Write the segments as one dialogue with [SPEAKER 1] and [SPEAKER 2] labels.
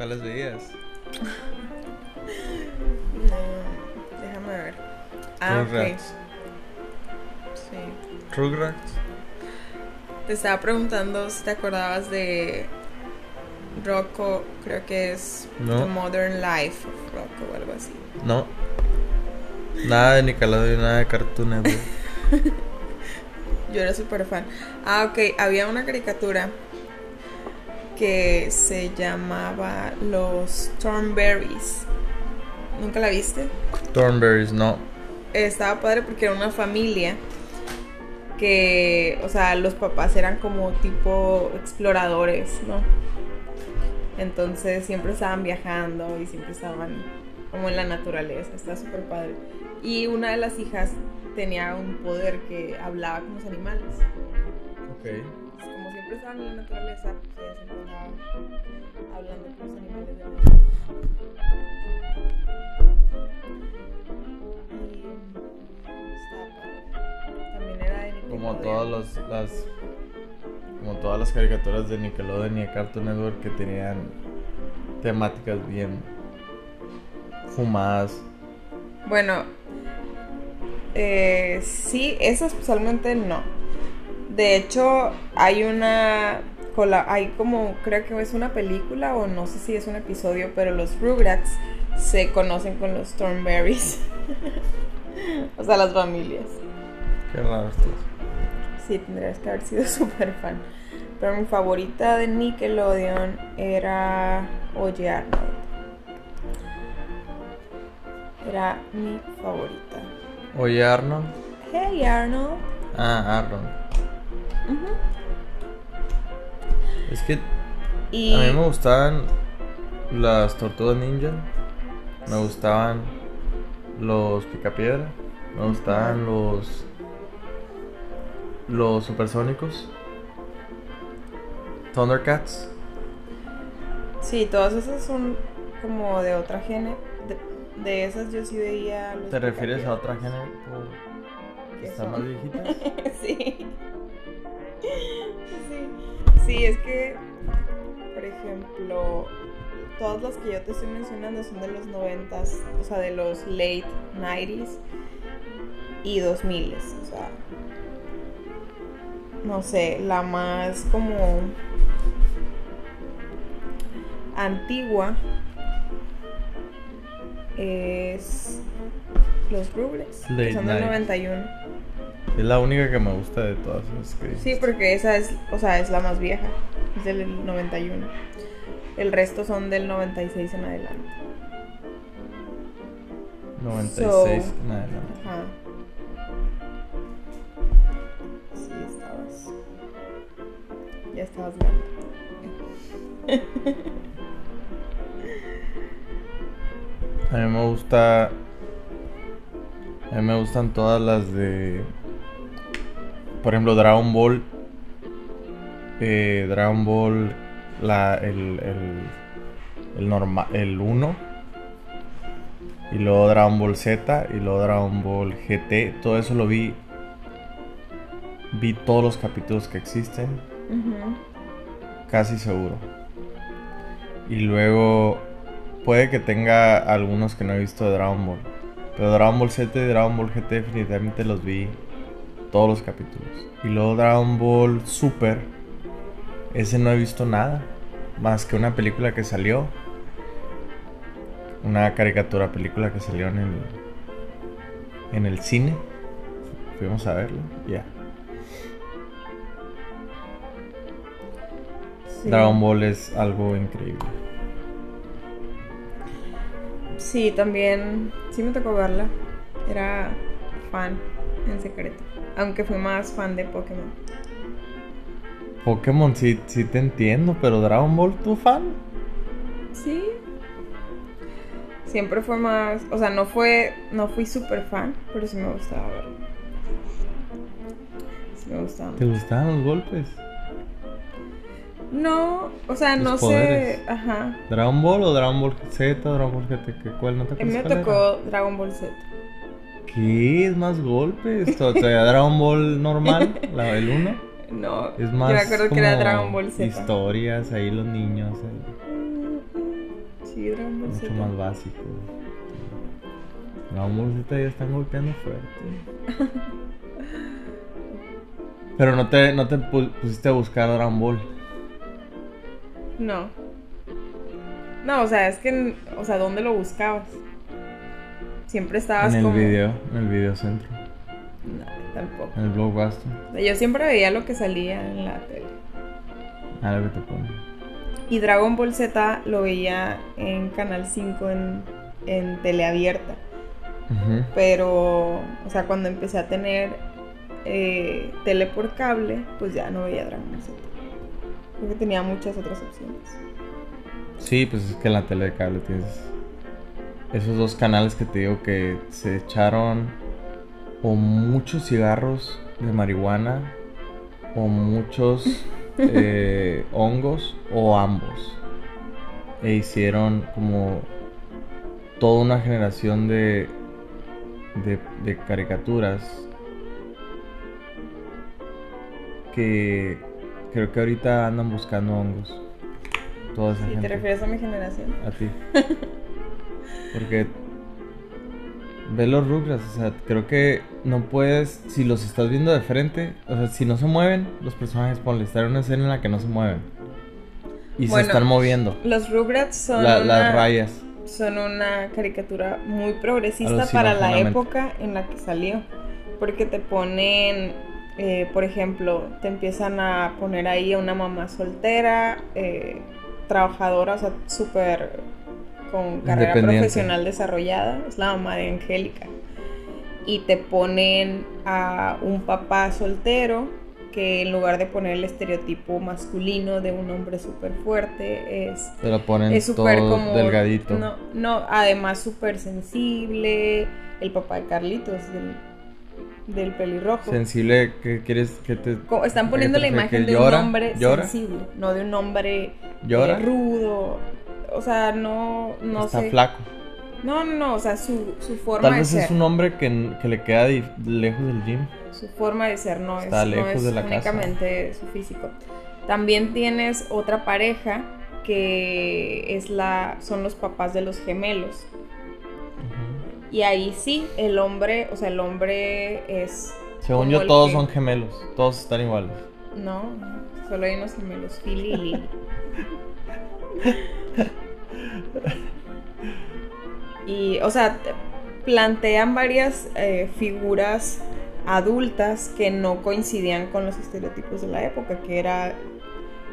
[SPEAKER 1] las veías.
[SPEAKER 2] No, déjame ver. Ah, ok.
[SPEAKER 1] Rugrats.
[SPEAKER 2] Sí.
[SPEAKER 1] Rugrats.
[SPEAKER 2] Te estaba preguntando si te acordabas de Rocco, creo que es
[SPEAKER 1] No.
[SPEAKER 2] The Modern Life of Rocco o algo así.
[SPEAKER 1] No. Nada de Nickelodeon, nada de Cartoon Network.
[SPEAKER 2] Yo era súper fan. Ah, ok. Había una caricatura que se llamaba Los Thornberries. ¿Nunca la viste?
[SPEAKER 1] Thornberries, no.
[SPEAKER 2] Estaba padre porque era una familia que, o sea, los papás eran como tipo exploradores, ¿no? Entonces siempre estaban viajando y siempre estaban como en la naturaleza. Está súper padre. Y una de las hijas tenía un poder que hablaba con los animales.
[SPEAKER 1] Ok.
[SPEAKER 2] Pues, como siempre estaban en la naturaleza, pues ella siempre estaba hablando con los animales de abajo. Y estaba padre. También era de ¿eh?
[SPEAKER 1] Como
[SPEAKER 2] Nickelodeon.
[SPEAKER 1] todas las, las- como todas las caricaturas de Nickelodeon y de Cartoon Network que tenían temáticas bien fumadas.
[SPEAKER 2] Bueno, eh, sí, esas usualmente no. De hecho, hay una. cola- Hay como, creo que es una película o no sé si es un episodio, pero los Rugrats se conocen con los Thornberries. o sea, las familias.
[SPEAKER 1] Qué raro esto.
[SPEAKER 2] Sí, tendrías que haber sido súper fan. Pero mi favorita de Nickelodeon era Oye Arnold. Era mi favorita.
[SPEAKER 1] Oye, Arnold.
[SPEAKER 2] Hey Arnold.
[SPEAKER 1] Ah, Arnold.
[SPEAKER 2] Ujú.
[SPEAKER 1] Es que
[SPEAKER 2] Y
[SPEAKER 1] a mí me gustaban las tortugas ninja. Me gustaban los picapiedra. Me gustaban los los supersónicos. Thundercats.
[SPEAKER 2] sí, todas esas son como de otra gene. De, de esas yo sí veía. los
[SPEAKER 1] ¿Te refieres a
[SPEAKER 2] Picapiedras.
[SPEAKER 1] otra género que
[SPEAKER 2] Que
[SPEAKER 1] está
[SPEAKER 2] son-
[SPEAKER 1] más viejita?
[SPEAKER 2] sí. sí. Sí, es que, por ejemplo, todas las que yo te estoy mencionando son de los 90 o sea, de los late 90s y 2000 o sea. No sé, la más como antigua es los Rubles,
[SPEAKER 1] Late
[SPEAKER 2] que son del
[SPEAKER 1] 90s.
[SPEAKER 2] 91.
[SPEAKER 1] Es la única que me gusta de todas esas que
[SPEAKER 2] Sí,
[SPEAKER 1] dices.
[SPEAKER 2] porque esa es, o sea, es la más vieja, es del 91. El resto son del 96 en adelante.
[SPEAKER 1] 96
[SPEAKER 2] So-
[SPEAKER 1] en adelante.
[SPEAKER 2] Ajá. Sí, estabas. Ya estabas grande.
[SPEAKER 1] A mí me gusta. A mí me gustan todas las de. Por ejemplo, Dragon Ball. eh, Dragon Ball. La, el. El. El, norma, el 1. Y luego Dragon Ball Z. Y luego Dragon Ball GT. Todo eso lo vi. Vi todos los capítulos que existen.
[SPEAKER 2] Ujú.
[SPEAKER 1] Casi seguro. Y luego puede que tenga algunos que no he visto de Dragon Ball. Pero Dragon Ball Z y Dragon Ball GT definitivamente los vi todos los capítulos. Y luego Dragon Ball Super. Ese no he visto nada. Más que una película que salió. Una caricatura película que salió en el, en el cine. Fuimos a verlo. Ya.
[SPEAKER 2] Sí.
[SPEAKER 1] Dragon Ball es algo increíble.
[SPEAKER 2] Sí, también. Sí me tocó verla. Era fan en secreto. Aunque fui más fan de Pokémon.
[SPEAKER 1] Pokémon sí, sí te entiendo, pero Dragon Ball, ¿tú fan?
[SPEAKER 2] Sí. Siempre fue más, o sea, no fue, no fui súper fan, pero sí me gustaba verlo. Sí me gustaba.
[SPEAKER 1] ¿Te gustaban los golpes?
[SPEAKER 2] No, o sea,
[SPEAKER 1] Los
[SPEAKER 2] no
[SPEAKER 1] poderes.
[SPEAKER 2] sé, ajá.
[SPEAKER 1] ¿Dragon Ball o Dragon Ball Z, Dragon Ball GT? ¿Qué- ¿Cuál no te
[SPEAKER 2] A mí me
[SPEAKER 1] acuerdas cuál era?
[SPEAKER 2] tocó Dragon Ball Z.
[SPEAKER 1] ¿Qué? ¿Es más golpes? O sea, Dragon Ball normal, la del 1.
[SPEAKER 2] No,
[SPEAKER 1] Es más
[SPEAKER 2] yo me acuerdo que era
[SPEAKER 1] como
[SPEAKER 2] Dragon Ball Z.
[SPEAKER 1] historias, ahí los niños. ahí.
[SPEAKER 2] Mm, mm.
[SPEAKER 1] eh, mucho
[SPEAKER 2] Z.
[SPEAKER 1] más básico. Dragon Ball Z ya están golpeando fuerte. Pero no te, no te pu- pusiste a buscar Dragon Ball.
[SPEAKER 2] No. No, o sea, es que, o sea, ¿dónde lo buscabas? Siempre estabas
[SPEAKER 1] En el
[SPEAKER 2] como...
[SPEAKER 1] video, en el video centro,
[SPEAKER 2] No, tampoco.
[SPEAKER 1] en el blockbuster.
[SPEAKER 2] Yo siempre veía lo que salía en la tele.
[SPEAKER 1] Ah, lo que te ponen.
[SPEAKER 2] Y Dragon Ball Z lo veía en Canal 5 en, en teleabierta.
[SPEAKER 1] Ujú.
[SPEAKER 2] Pero, o sea, cuando empecé a tener eh, tele por cable, pues ya no veía Dragon Ball Z. Porque tenía muchas otras opciones.
[SPEAKER 1] Sí, pues es que en la tele de cable tienes esos dos canales que te digo que se echaron o muchos cigarros de marihuana o muchos eh, hongos o ambos. E hicieron como toda una generación de, de, de caricaturas que creo que ahorita andan buscando hongos. Toda esa
[SPEAKER 2] ¿Y te
[SPEAKER 1] gente.
[SPEAKER 2] refieres a mi generación?
[SPEAKER 1] A ti. Porque ve los Rugrats, o sea, creo que no puedes, si los estás viendo de frente, o sea, si no se mueven, los personajes, ponle, estar en una escena en la que no se mueven. Y
[SPEAKER 2] Bueno,
[SPEAKER 1] se están moviendo.
[SPEAKER 2] Los Rugrats son
[SPEAKER 1] La-
[SPEAKER 2] una-
[SPEAKER 1] Las rayas.
[SPEAKER 2] son una caricatura muy
[SPEAKER 1] A
[SPEAKER 2] progresista
[SPEAKER 1] los
[SPEAKER 2] para la
[SPEAKER 1] imaginamente.
[SPEAKER 2] época en la que salió. Porque te ponen, eh, por ejemplo, te empiezan a poner ahí a una mamá soltera, eh, trabajadora, o sea, súper con carrera
[SPEAKER 1] Independiente.
[SPEAKER 2] profesional desarrollada. Es la mamá de Angélica. Y te ponen a un papá soltero que en lugar de poner el estereotipo masculino de un hombre súper fuerte, es
[SPEAKER 1] Te lo ponen
[SPEAKER 2] es
[SPEAKER 1] todo
[SPEAKER 2] súper como
[SPEAKER 1] delgadito.
[SPEAKER 2] No, no, además súper sensible. El papá de Carlitos, del, del pelirrojo.
[SPEAKER 1] Sensible, que quieres que te
[SPEAKER 2] Como están poniendo la
[SPEAKER 1] que- que
[SPEAKER 2] imagen de
[SPEAKER 1] llora,
[SPEAKER 2] un hombre
[SPEAKER 1] llora,
[SPEAKER 2] sensible, no de un hombre eh,
[SPEAKER 1] llora,
[SPEAKER 2] rudo. O sea, no, no
[SPEAKER 1] está
[SPEAKER 2] sé.
[SPEAKER 1] flaco.
[SPEAKER 2] No, no, no, o sea, su, su forma
[SPEAKER 1] Tal
[SPEAKER 2] de
[SPEAKER 1] vez
[SPEAKER 2] ser.
[SPEAKER 1] es un hombre que, que le queda di- lejos del gym.
[SPEAKER 2] Su forma de ser no es,
[SPEAKER 1] Está
[SPEAKER 2] no
[SPEAKER 1] lejos
[SPEAKER 2] es
[SPEAKER 1] de la casa.
[SPEAKER 2] únicamente su físico. También tienes otra pareja que es la, son los papás de los gemelos.
[SPEAKER 1] Ujú.
[SPEAKER 2] Y ahí sí, el hombre, o sea, el hombre es.
[SPEAKER 1] Según
[SPEAKER 2] como
[SPEAKER 1] yo,
[SPEAKER 2] el
[SPEAKER 1] todos
[SPEAKER 2] que-
[SPEAKER 1] son gemelos, todos están iguales.
[SPEAKER 2] No, no, solo hay unos gemelos, Philly y Lily. Y, o sea, te- plantean varias eh, figuras adultas que no coincidían con los estereotipos de la época, que era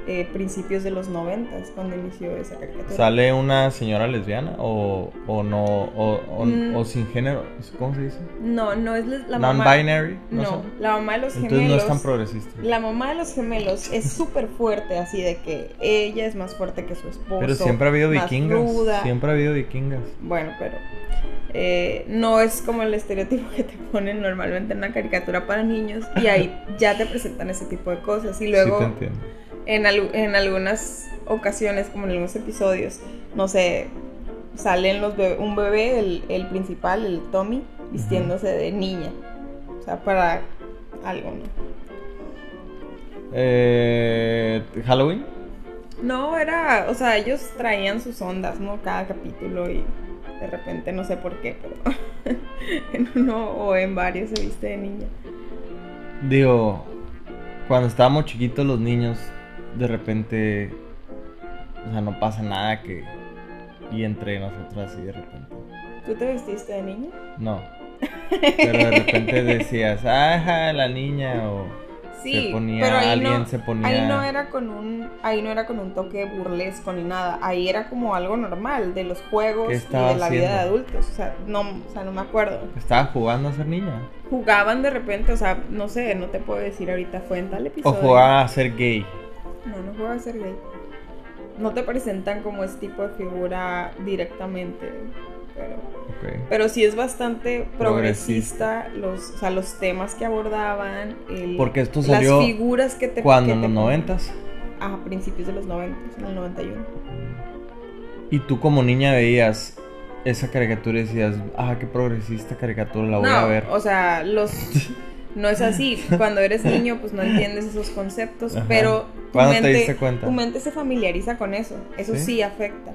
[SPEAKER 2] eh, principios de los noventas, cuando inició esa caricatura.
[SPEAKER 1] ¿Sale una señora lesbiana o, o no? O, o-
[SPEAKER 2] Mm.
[SPEAKER 1] o sin género? ¿Cómo se dice?
[SPEAKER 2] No, no es la la mamá.
[SPEAKER 1] ¿Non-binary?
[SPEAKER 2] No,
[SPEAKER 1] sé.
[SPEAKER 2] la mamá de los gemelos.
[SPEAKER 1] Entonces no es tan progresista.
[SPEAKER 2] La mamá de los gemelos es súper fuerte, así de que ella es más fuerte que su esposo.
[SPEAKER 1] Pero siempre ha habido
[SPEAKER 2] más
[SPEAKER 1] vikingas.
[SPEAKER 2] ruda.
[SPEAKER 1] Siempre ha habido vikingas.
[SPEAKER 2] Bueno, pero eh, no es como el estereotipo que te ponen normalmente en una caricatura para niños y ahí ya te presentan ese tipo de cosas. Y
[SPEAKER 1] sí, te
[SPEAKER 2] luego
[SPEAKER 1] entiendo.
[SPEAKER 2] en, al- en algunas ocasiones, como en algunos episodios, no sé, salen los bebé- un bebé, el, el principal, el Tommy, vistiéndose de niña. O sea, para algo, ¿no?
[SPEAKER 1] Eh, ¿Halloween?
[SPEAKER 2] No, era, o sea, ellos traían sus ondas, ¿no? Cada capítulo y de repente no sé por qué, pero en uno o en varios se viste de niña.
[SPEAKER 1] Digo, cuando estábamos chiquitos los niños, de repente, o sea, no pasa nada que... Y entre nosotros así de repente.
[SPEAKER 2] ¿Tú te vestiste de niña?
[SPEAKER 1] No. Pero de repente decías, ajá, la niña o...
[SPEAKER 2] Sí,
[SPEAKER 1] se ponía,
[SPEAKER 2] pero ahí
[SPEAKER 1] alguien
[SPEAKER 2] no,
[SPEAKER 1] se ponía.
[SPEAKER 2] ahí no era con un, ahí no era con un toque burlesco ni nada, ahí era como algo normal de los juegos
[SPEAKER 1] ¿Qué
[SPEAKER 2] y de
[SPEAKER 1] estaba
[SPEAKER 2] la vida de
[SPEAKER 1] haciendo?
[SPEAKER 2] adultos, o sea, no, o sea, no me acuerdo.
[SPEAKER 1] Estaba jugando a ser niña.
[SPEAKER 2] Jugaban de repente, o sea, no sé, no te puedo decir ahorita fue en tal
[SPEAKER 1] O
[SPEAKER 2] episodio.
[SPEAKER 1] jugaba a ser gay.
[SPEAKER 2] No, no juega a ser gay. No te presentan como ese tipo de figura directamente, pero,
[SPEAKER 1] Ok.
[SPEAKER 2] pero sí es bastante
[SPEAKER 1] Progresista.
[SPEAKER 2] progresista, los, o sea, los temas que abordaban, el-
[SPEAKER 1] Porque esto
[SPEAKER 2] las
[SPEAKER 1] salió
[SPEAKER 2] figuras que te...
[SPEAKER 1] cuando
[SPEAKER 2] que
[SPEAKER 1] en
[SPEAKER 2] te
[SPEAKER 1] los
[SPEAKER 2] ponen.
[SPEAKER 1] noventas.
[SPEAKER 2] A principios de los 90, en el 91.
[SPEAKER 1] Y tú como niña veías esa caricatura y decías, ah, qué progresista caricatura, la voy
[SPEAKER 2] no,
[SPEAKER 1] a ver.
[SPEAKER 2] o sea, los... No es así. Cuando eres niño, pues no entiendes esos conceptos,
[SPEAKER 1] Ajá.
[SPEAKER 2] pero tu
[SPEAKER 1] ¿Cuándo te
[SPEAKER 2] mente,
[SPEAKER 1] diste cuenta?
[SPEAKER 2] tu mente se familiariza con eso. Eso
[SPEAKER 1] ¿Sí?
[SPEAKER 2] sí, afecta.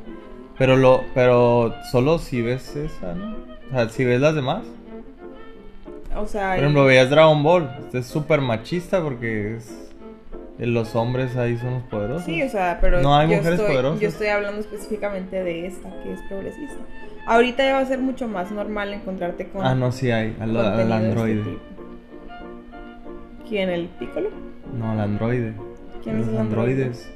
[SPEAKER 1] Pero lo, pero solo si ves esa, ¿no? O sea, si ves las demás.
[SPEAKER 2] O sea,
[SPEAKER 1] Por ejemplo, veías Dragon Ball. Este es súper machista porque es- los hombres ahí son los poderosos.
[SPEAKER 2] sí, o sea, pero
[SPEAKER 1] No hay
[SPEAKER 2] yo,
[SPEAKER 1] mujeres
[SPEAKER 2] estoy,
[SPEAKER 1] poderosas.
[SPEAKER 2] yo estoy hablando específicamente de esta, que es progresista. Ahorita ya va a ser mucho más normal encontrarte con
[SPEAKER 1] Ah, no, sí hay. Al, al
[SPEAKER 2] contenido de este
[SPEAKER 1] androide.
[SPEAKER 2] tipo. ¿Quién? ¿El Piccolo?
[SPEAKER 1] no, al androide.
[SPEAKER 2] ¿Quién
[SPEAKER 1] los
[SPEAKER 2] es el androide?
[SPEAKER 1] androides.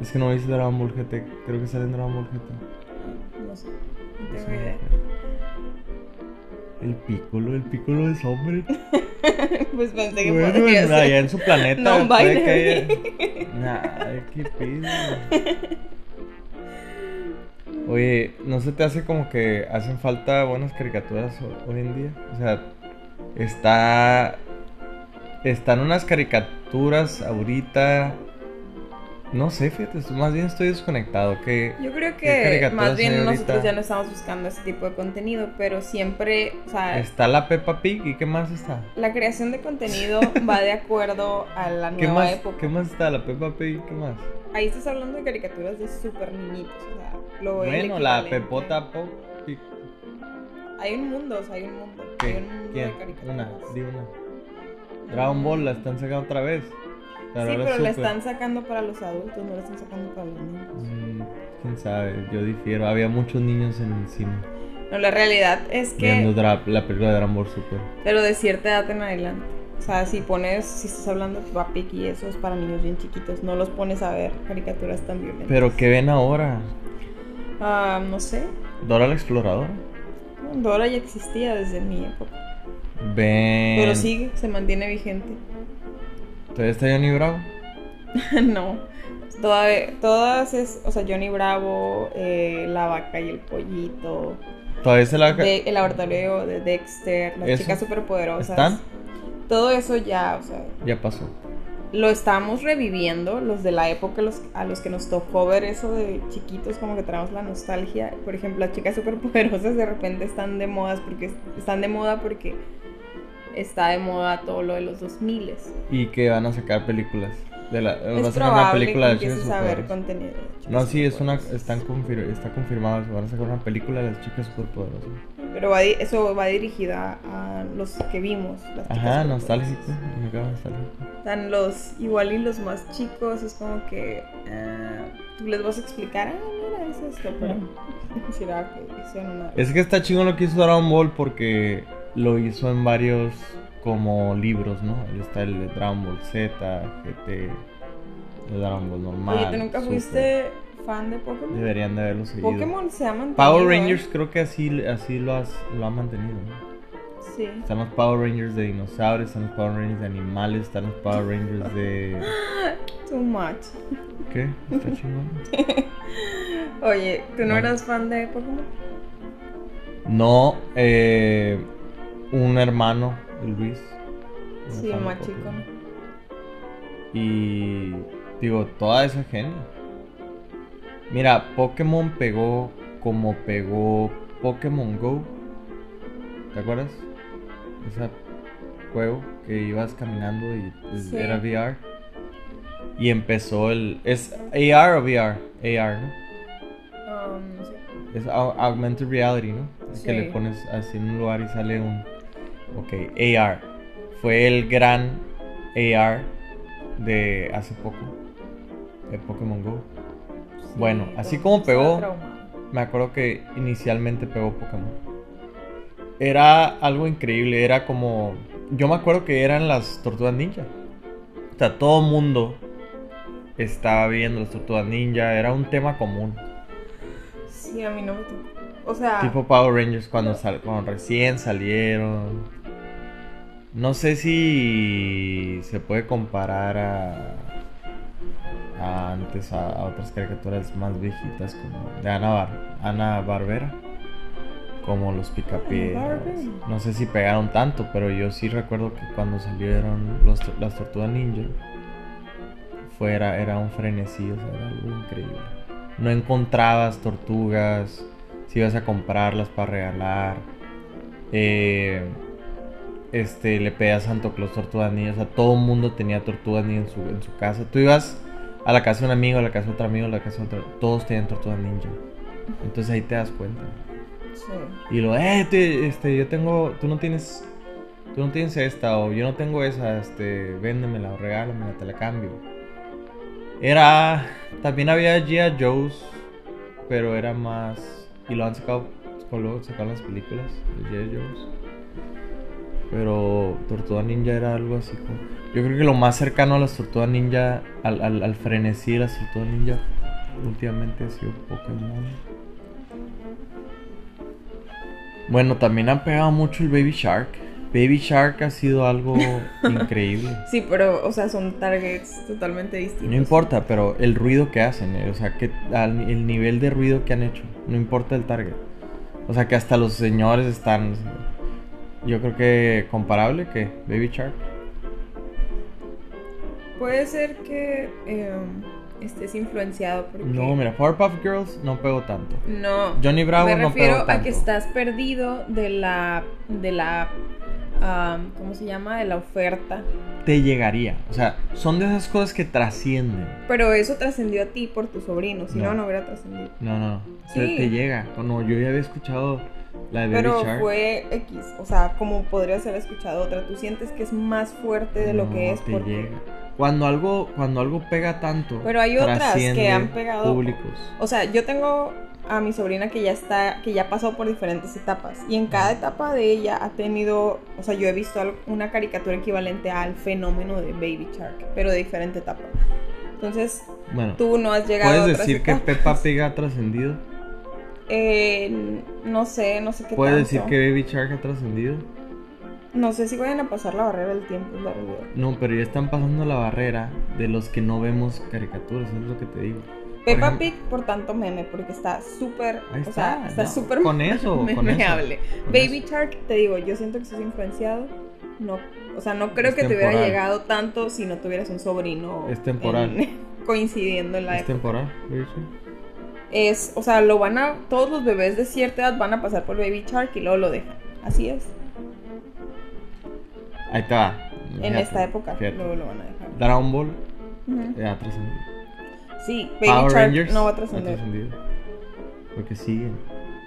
[SPEAKER 1] Es que no viste Dragon Ball GT. Creo que sale en Dragon Ball GT.
[SPEAKER 2] No sé. No
[SPEAKER 1] Es
[SPEAKER 2] tengo
[SPEAKER 1] una
[SPEAKER 2] idea.
[SPEAKER 1] mujer. El Piccolo, el Piccolo es hombre.
[SPEAKER 2] pues pensé que
[SPEAKER 1] Bueno,
[SPEAKER 2] podría
[SPEAKER 1] en-
[SPEAKER 2] ser.
[SPEAKER 1] allá en su planeta.
[SPEAKER 2] No,
[SPEAKER 1] puede que
[SPEAKER 2] binary.
[SPEAKER 1] haya- Nah, qué pedo. Oye, ¿no se te hace como que hacen falta buenas caricaturas ho- hoy en día? O sea, está. Están unas caricaturas ahorita. No sé, fíjate, estoy- más bien estoy desconectado. Que
[SPEAKER 2] Yo creo
[SPEAKER 1] ¿Qué
[SPEAKER 2] que
[SPEAKER 1] caricaturas
[SPEAKER 2] más bien
[SPEAKER 1] hay ahorita?
[SPEAKER 2] nosotros ya no estamos buscando ese tipo de contenido, pero siempre, o sea,
[SPEAKER 1] está la Peppa Pig y ¿qué más está?
[SPEAKER 2] la creación de contenido va de acuerdo a la
[SPEAKER 1] ¿Qué
[SPEAKER 2] nueva
[SPEAKER 1] más,
[SPEAKER 2] época.
[SPEAKER 1] ¿Qué más está? La Peppa Pig, ¿qué más?
[SPEAKER 2] Ahí estás hablando de caricaturas de super niñitos, o sea, lo el
[SPEAKER 1] Bueno, la
[SPEAKER 2] equivalente.
[SPEAKER 1] Pepota Pop. Pig.
[SPEAKER 2] Hay un mundo, o sea, hay un mundo. Hay
[SPEAKER 1] ¿Qué?
[SPEAKER 2] un mundo
[SPEAKER 1] ¿Quién?
[SPEAKER 2] de caricaturas.
[SPEAKER 1] Una, di una. Dragon Ball la están sacando otra vez. Pero
[SPEAKER 2] sí,
[SPEAKER 1] ahora
[SPEAKER 2] pero la
[SPEAKER 1] Super.
[SPEAKER 2] están sacando para los adultos, no la están sacando para los niños.
[SPEAKER 1] Mm, Quién sabe, yo difiero. Había muchos niños en el cine Mm.
[SPEAKER 2] No, la realidad es
[SPEAKER 1] viendo
[SPEAKER 2] que,
[SPEAKER 1] dra- la película de Dragon Ball Super.
[SPEAKER 2] pero de cierta edad en adelante. O sea, si pones, si estás hablando de Peppa Pig y eso es para niños bien chiquitos, no los pones a ver caricaturas tan violentas.
[SPEAKER 1] Pero ¿qué ven ahora?
[SPEAKER 2] Ah, no sé.
[SPEAKER 1] Dora la exploradora.
[SPEAKER 2] Dora ya existía desde mi época.
[SPEAKER 1] Ven.
[SPEAKER 2] Pero sigue, se mantiene vigente.
[SPEAKER 1] Todavía está Johnny Bravo.
[SPEAKER 2] no. Toda- todas es, o sea, Johnny Bravo, eh, la vaca y el pollito,
[SPEAKER 1] Todavía se la.
[SPEAKER 2] de- el laboratorio de Dexter, las
[SPEAKER 1] Eso.
[SPEAKER 2] chicas superpoderosas.
[SPEAKER 1] ¿Están?
[SPEAKER 2] Todo eso ya, o sea,
[SPEAKER 1] Ya pasó.
[SPEAKER 2] lo estamos reviviendo, los de la época los, a los que nos tocó ver eso de chiquitos, como que traemos la nostalgia. Por ejemplo, las chicas superpoderosas de repente están de modas porque están de moda porque está de moda todo lo de los 2000 s
[SPEAKER 1] Y que van a sacar películas. De la, va
[SPEAKER 2] Es
[SPEAKER 1] a sacar una
[SPEAKER 2] probable que
[SPEAKER 1] película de Chicas
[SPEAKER 2] empieces a ver
[SPEAKER 1] Superpoderosas.
[SPEAKER 2] contenido. de chicas
[SPEAKER 1] No, sí, es una,
[SPEAKER 2] superpoderosas.
[SPEAKER 1] están confir- está confirmado. se Van a sacar una película de las chicas superpoderosas.
[SPEAKER 2] Pero va di- eso va dirigida a los que vimos. Las chicas
[SPEAKER 1] Ajá,
[SPEAKER 2] superpoderosas.
[SPEAKER 1] nostálgico. Me acaba nostálgico.
[SPEAKER 2] Están los, igual y los más chicos, es como que ah, tú les vas a explicar, ah, mira, es esto, pero será que hicieron una...
[SPEAKER 1] Es que está chingón lo que hizo Dragon Ball porque lo hizo en varios como libros, ¿no? Ahí Está el de Dragon Ball Z, GT, el Dragon Ball normal.
[SPEAKER 2] Oye, ¿tú nunca
[SPEAKER 1] Super.
[SPEAKER 2] fuiste fan de Pokémon?
[SPEAKER 1] Deberían de haberlo seguido.
[SPEAKER 2] Pokémon se ha mantenido.
[SPEAKER 1] Power
[SPEAKER 2] ¿eh?
[SPEAKER 1] Rangers creo que así, así lo, has, lo han mantenido, ¿no?
[SPEAKER 2] Sí.
[SPEAKER 1] Están los Power Rangers de dinosaurios, están los Power Rangers de animales, están los Power Rangers de...
[SPEAKER 2] Too much.
[SPEAKER 1] ¿Qué? Está chingón.
[SPEAKER 2] Oye, ¿tú no
[SPEAKER 1] No.
[SPEAKER 2] eras fan de Pokémon?
[SPEAKER 1] No, eh, un hermano, el Luis. era
[SPEAKER 2] Sí, el
[SPEAKER 1] fan de
[SPEAKER 2] más
[SPEAKER 1] Pokémon.
[SPEAKER 2] chico.
[SPEAKER 1] Y digo, toda esa gente. Mira, Pokémon pegó como pegó Pokémon Go. ¿Te acuerdas? Ese juego que ibas caminando y es-
[SPEAKER 2] Sí.
[SPEAKER 1] era VR. Y empezó el... ¿Es AR o VR? AR, ¿no?
[SPEAKER 2] Um, no sé.
[SPEAKER 1] Es au- augmented reality, ¿no? Es que le
[SPEAKER 2] Sí.
[SPEAKER 1] pones así en un lugar y sale un... Ok, AR. Fue el gran AR de hace poco. De Pokémon Go.
[SPEAKER 2] Sí,
[SPEAKER 1] Bueno, así
[SPEAKER 2] todo-
[SPEAKER 1] como
[SPEAKER 2] estaba
[SPEAKER 1] pegó-
[SPEAKER 2] traumado.
[SPEAKER 1] Me acuerdo que inicialmente pegó Pokémon. Era algo increíble, era como... Yo me acuerdo que eran las tortugas ninja. O sea, todo mundo estaba viendo las tortugas ninja, era un tema común.
[SPEAKER 2] Sí, a mí no me tocó. O sea,
[SPEAKER 1] Tipo Power Rangers cuando, sal- cuando recién salieron. No sé si se puede comparar a, a antes a, a otras caricaturas más viejitas como de Ana, Bar- Ana Barbera, como los
[SPEAKER 2] Ana
[SPEAKER 1] Picapiedras.
[SPEAKER 2] Barbera.
[SPEAKER 1] No sé si pegaron tanto, pero yo sí recuerdo que cuando salieron los to- las Tortugas Ninja fuera era un frenesí, o sea, era algo increíble. No encontrabas tortugas, si ibas a comprarlas para regalar. eh, este, le pedías a Santo Claus tortugas niñas, o sea, todo el mundo tenía tortugas niñas en su, en su casa. Tú ibas a la casa de un amigo, a la casa de otro amigo, a la casa de otro, todos tenían tortugas ninja. Entonces ahí te das cuenta.
[SPEAKER 2] Sí.
[SPEAKER 1] Y lo, eh, te- este, yo tengo, tú no tienes, tú no tienes esta o yo no tengo esa, este, véndemela o regálamela, te la cambio. Era, también había G.I. Joe's, pero era más, y lo han sacado, con luego sacaron las películas de G.I. Joe's. Pero Tortuga Ninja era algo así como, yo creo que lo más cercano a las Tortugas Ninja, al, al, al frenesí de las Tortugas Ninja, últimamente ha sido Pokémon. Bueno, también han pegado mucho el Baby Shark. Baby Shark ha sido algo increíble.
[SPEAKER 2] Sí, pero, o sea, son targets totalmente distintos.
[SPEAKER 1] No importa, pero el ruido que hacen, eh, o sea, que al- el nivel de ruido que han hecho, no importa el target. O sea, que hasta los señores están. Yo creo que comparable que Baby Shark.
[SPEAKER 2] Puede ser que em, estés influenciado porque...
[SPEAKER 1] No, mira, Powerpuff Girls no pegó tanto.
[SPEAKER 2] No.
[SPEAKER 1] Johnny Bravo
[SPEAKER 2] Me
[SPEAKER 1] no pegó
[SPEAKER 2] refiero
[SPEAKER 1] tanto.
[SPEAKER 2] a que estás perdido de la... De la am, ¿Cómo se llama? De la oferta.
[SPEAKER 1] Te llegaría. O sea, son de esas cosas que trascienden.
[SPEAKER 2] Pero eso trascendió a ti por tu sobrino, si no,
[SPEAKER 1] No.
[SPEAKER 2] no, hubiera trascendido.
[SPEAKER 1] No, no, no. Se-
[SPEAKER 2] Sí.
[SPEAKER 1] Te llega. O no, yo ya había escuchado la de Baby
[SPEAKER 2] Pero
[SPEAKER 1] Shark.
[SPEAKER 2] fue X, o sea, como podría ser escuchado otra. Tú sientes que es más fuerte de lo
[SPEAKER 1] No
[SPEAKER 2] que es
[SPEAKER 1] te
[SPEAKER 2] porque...
[SPEAKER 1] llega. Cuando algo, cuando algo pega tanto.
[SPEAKER 2] Pero hay otras que
[SPEAKER 1] trasciende
[SPEAKER 2] han pegado-
[SPEAKER 1] Públicos.
[SPEAKER 2] O sea, yo tengo a mi sobrina que ya está, que ya pasó por diferentes etapas. Y en cada etapa de ella ha tenido, o sea, yo he visto al- una caricatura equivalente al fenómeno de Baby Shark, pero de diferente etapa. Entonces,
[SPEAKER 1] Bueno,
[SPEAKER 2] tú no has llegado
[SPEAKER 1] puedes
[SPEAKER 2] a otras
[SPEAKER 1] decir que
[SPEAKER 2] etapas.
[SPEAKER 1] Peppa Pig ha trascendido.
[SPEAKER 2] Eh, no sé, no sé qué
[SPEAKER 1] Puedes
[SPEAKER 2] tanto.
[SPEAKER 1] decir que Baby Shark ha trascendido.
[SPEAKER 2] No sé si vayan a pasar la barrera del tiempo, es la realidad.
[SPEAKER 1] No, pero ya están pasando la barrera de los que no vemos caricaturas. Es lo que te digo.
[SPEAKER 2] Peppa
[SPEAKER 1] ejem-
[SPEAKER 2] Pig, por tanto, meme, porque está súper,
[SPEAKER 1] Ahí
[SPEAKER 2] o sea,
[SPEAKER 1] está,
[SPEAKER 2] está
[SPEAKER 1] no,
[SPEAKER 2] súper
[SPEAKER 1] con eso, con eso,
[SPEAKER 2] memeable.
[SPEAKER 1] con
[SPEAKER 2] Baby
[SPEAKER 1] eso.
[SPEAKER 2] Shark, te digo, yo siento que estás influenciado. No, o sea, no creo
[SPEAKER 1] Es
[SPEAKER 2] que te hubiera
[SPEAKER 1] temporal.
[SPEAKER 2] llegado tanto si no tuvieras un sobrino.
[SPEAKER 1] Es temporal.
[SPEAKER 2] en- coincidiendo en la
[SPEAKER 1] Es
[SPEAKER 2] época.
[SPEAKER 1] temporal, Baby Shark.
[SPEAKER 2] Es, o sea, lo van a, todos los bebés de cierta edad van a pasar por Baby Shark y luego lo dejan. Así es.
[SPEAKER 1] Ahí te va.
[SPEAKER 2] en
[SPEAKER 1] Fíjate,
[SPEAKER 2] esta época
[SPEAKER 1] fíjate.
[SPEAKER 2] luego lo van a dejar.
[SPEAKER 1] Dragon Ball
[SPEAKER 2] Ujú.
[SPEAKER 1] eh, ha trascendido.
[SPEAKER 2] Sí, Baby
[SPEAKER 1] Power
[SPEAKER 2] Shark
[SPEAKER 1] Rangers
[SPEAKER 2] no va a
[SPEAKER 1] Ha
[SPEAKER 2] trascender.
[SPEAKER 1] trascendido. Porque siguen.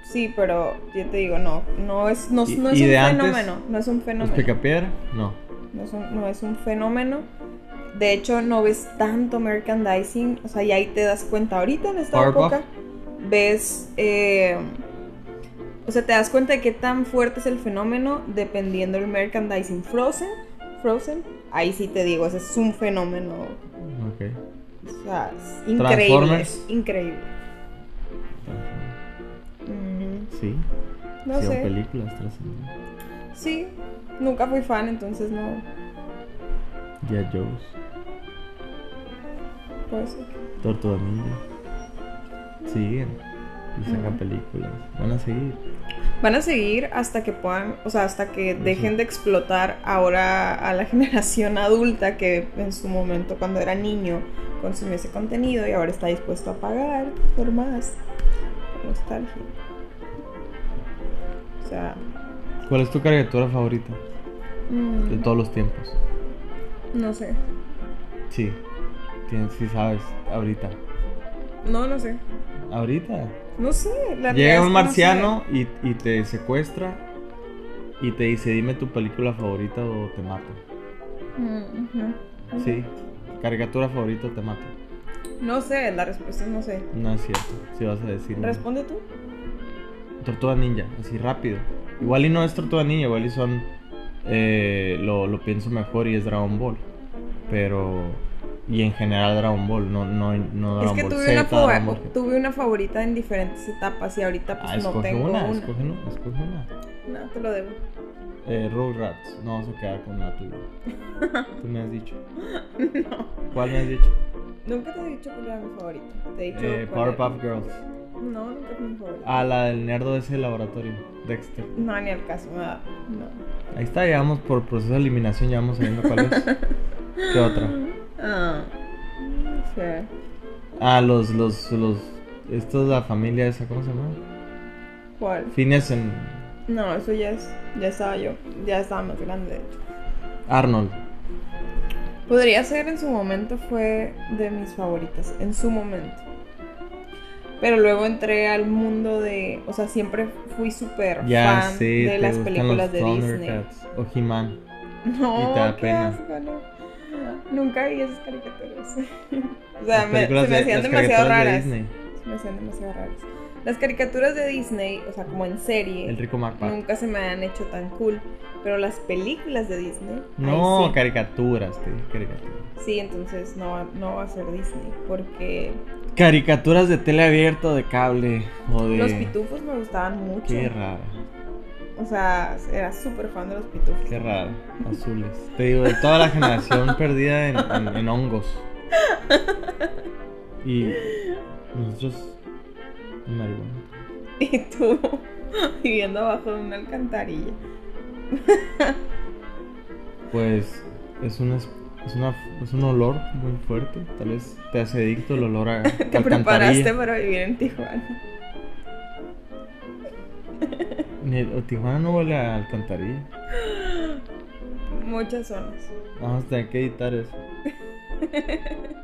[SPEAKER 2] Sí, pero yo te digo, no, no es, no,
[SPEAKER 1] Y-
[SPEAKER 2] no es
[SPEAKER 1] y
[SPEAKER 2] un
[SPEAKER 1] de antes,
[SPEAKER 2] fenómeno, no es un
[SPEAKER 1] ¿Los
[SPEAKER 2] fenómeno.
[SPEAKER 1] Picapiedra? No.
[SPEAKER 2] no es, un, no es un fenómeno. De hecho, no ves tanto merchandising. O sea, y ahí te das cuenta. Ahorita en esta
[SPEAKER 1] Powerpuff.
[SPEAKER 2] época, ves. eh, o sea, te das cuenta de qué tan fuerte es el fenómeno dependiendo del merchandising. Frozen, Frozen, ahí sí te digo, ese es un fenómeno.
[SPEAKER 1] Ok.
[SPEAKER 2] O sea, es increíble. es
[SPEAKER 1] Transformers.
[SPEAKER 2] increíble. Ujú,
[SPEAKER 1] Sí.
[SPEAKER 2] No
[SPEAKER 1] sí, o
[SPEAKER 2] sé.
[SPEAKER 1] películas trascendieron.
[SPEAKER 2] Sí, nunca fui fan, entonces no.
[SPEAKER 1] Ya Joe's,
[SPEAKER 2] Por eso.
[SPEAKER 1] Tortuga Ninja. Siguen. Y sacan
[SPEAKER 2] Ujú.
[SPEAKER 1] películas. Van a seguir.
[SPEAKER 2] Van a seguir hasta que puedan, o sea, hasta que
[SPEAKER 1] Ujú.
[SPEAKER 2] dejen de explotar ahora a la generación adulta que en su momento cuando era niño consumió ese contenido y ahora está dispuesto a pagar por más. Por nostalgia. O sea,
[SPEAKER 1] ¿Cuál es tu caricatura favorita
[SPEAKER 2] mm,
[SPEAKER 1] de todos los tiempos?
[SPEAKER 2] no sé.
[SPEAKER 1] Sí. Tienes, sí sabes. Ahorita.
[SPEAKER 2] No, no sé.
[SPEAKER 1] Ahorita.
[SPEAKER 2] No sé. la realidad
[SPEAKER 1] Llega
[SPEAKER 2] es que
[SPEAKER 1] un
[SPEAKER 2] no
[SPEAKER 1] marciano y, y te secuestra. Y te dice, dime tu película favorita o te mato.
[SPEAKER 2] sé. Mm, ujú, ujú.
[SPEAKER 1] Sí. Caricatura favorita o te mato.
[SPEAKER 2] No sé, la respuesta es no sé.
[SPEAKER 1] No es cierto. Si vas a decir. una.
[SPEAKER 2] Responde tú.
[SPEAKER 1] Tortuga Ninja, así rápido. Igual y no es Tortuga Ninja, igual y son. eh, lo, lo pienso mejor y es Dragon Ball. Pero. Y en general Dragon Ball, no, no, no
[SPEAKER 2] es
[SPEAKER 1] Dragon
[SPEAKER 2] que
[SPEAKER 1] Ball
[SPEAKER 2] tuve
[SPEAKER 1] Z,
[SPEAKER 2] una, favo-
[SPEAKER 1] Dragon Ball G T.
[SPEAKER 2] tuve una favorita en diferentes etapas y ahorita pues
[SPEAKER 1] Ah,
[SPEAKER 2] no
[SPEAKER 1] escoge
[SPEAKER 2] tengo
[SPEAKER 1] una,
[SPEAKER 2] una.
[SPEAKER 1] escoge una, escoge una.
[SPEAKER 2] No, te lo debo.
[SPEAKER 1] Eh, Rugrats, no vamos a quedar con la tuya. Tú me has dicho.
[SPEAKER 2] No.
[SPEAKER 1] ¿Cuál me has dicho?
[SPEAKER 2] Nunca te he dicho cuál era mi favorita. Te he dicho.
[SPEAKER 1] Eh,
[SPEAKER 2] cuál era
[SPEAKER 1] Powerpuff
[SPEAKER 2] mi
[SPEAKER 1] Girls.
[SPEAKER 2] favorita. No, nunca fue mi favorita.
[SPEAKER 1] Ah, la del nerdo de ese laboratorio, Dexter.
[SPEAKER 2] No, ni al caso, nada. No.
[SPEAKER 1] Ahí está, ya vamos por proceso de eliminación, ya vamos sabiendo cuál es. ¿Qué otra?
[SPEAKER 2] Ah. No sé.
[SPEAKER 1] Ah, los, los, los. Esto es la familia esa, ¿cómo se llama?
[SPEAKER 2] ¿Cuál?
[SPEAKER 1] Phineas en.
[SPEAKER 2] No, eso ya es. Ya estaba yo. Ya estaba más grande, de hecho.
[SPEAKER 1] Arnold.
[SPEAKER 2] Podría ser en su momento, fue de mis favoritas. En su momento. Pero luego entré al mundo de. O sea, siempre fui súper
[SPEAKER 1] Ya
[SPEAKER 2] fan
[SPEAKER 1] sé,
[SPEAKER 2] de
[SPEAKER 1] te
[SPEAKER 2] las
[SPEAKER 1] gustan
[SPEAKER 2] películas
[SPEAKER 1] los
[SPEAKER 2] de Disney.
[SPEAKER 1] Thundercats o He-Man.
[SPEAKER 2] No,
[SPEAKER 1] Y te da
[SPEAKER 2] qué
[SPEAKER 1] pena.
[SPEAKER 2] asco, no. Nunca vi esas caricaturas. o sea,
[SPEAKER 1] Las
[SPEAKER 2] me, se
[SPEAKER 1] películas de-
[SPEAKER 2] me hacían
[SPEAKER 1] las
[SPEAKER 2] demasiado
[SPEAKER 1] caricaturas de
[SPEAKER 2] raras.
[SPEAKER 1] Disney.
[SPEAKER 2] Se me hacían demasiado raras. Las caricaturas de Disney, o sea, como en serie,
[SPEAKER 1] El rico Macpac.
[SPEAKER 2] Eh, nunca se me han hecho tan cool. Pero las películas de Disney. ahí
[SPEAKER 1] No,
[SPEAKER 2] sí.
[SPEAKER 1] caricaturas, te dije, caricaturas.
[SPEAKER 2] Sí, entonces no, va- no va a ser Disney. Porque
[SPEAKER 1] Caricaturas de tele abierto, de cable o de...
[SPEAKER 2] los pitufos me gustaban mucho.
[SPEAKER 1] Qué raro,
[SPEAKER 2] O sea, era súper fan de los pitufos.
[SPEAKER 1] qué raro. Azules. Te digo, de toda la generación perdida en, en- en hongos. Y nosotros... en marihuana.
[SPEAKER 2] Y tú viviendo abajo de una alcantarilla.
[SPEAKER 1] Pues es una, es una es un olor muy fuerte. Tal vez te hace adicto el olor a
[SPEAKER 2] Te preparaste para vivir en Tijuana.
[SPEAKER 1] O Tijuana no huele a alcantarilla.
[SPEAKER 2] Muchas zonas.
[SPEAKER 1] Vamos a tener que editar eso.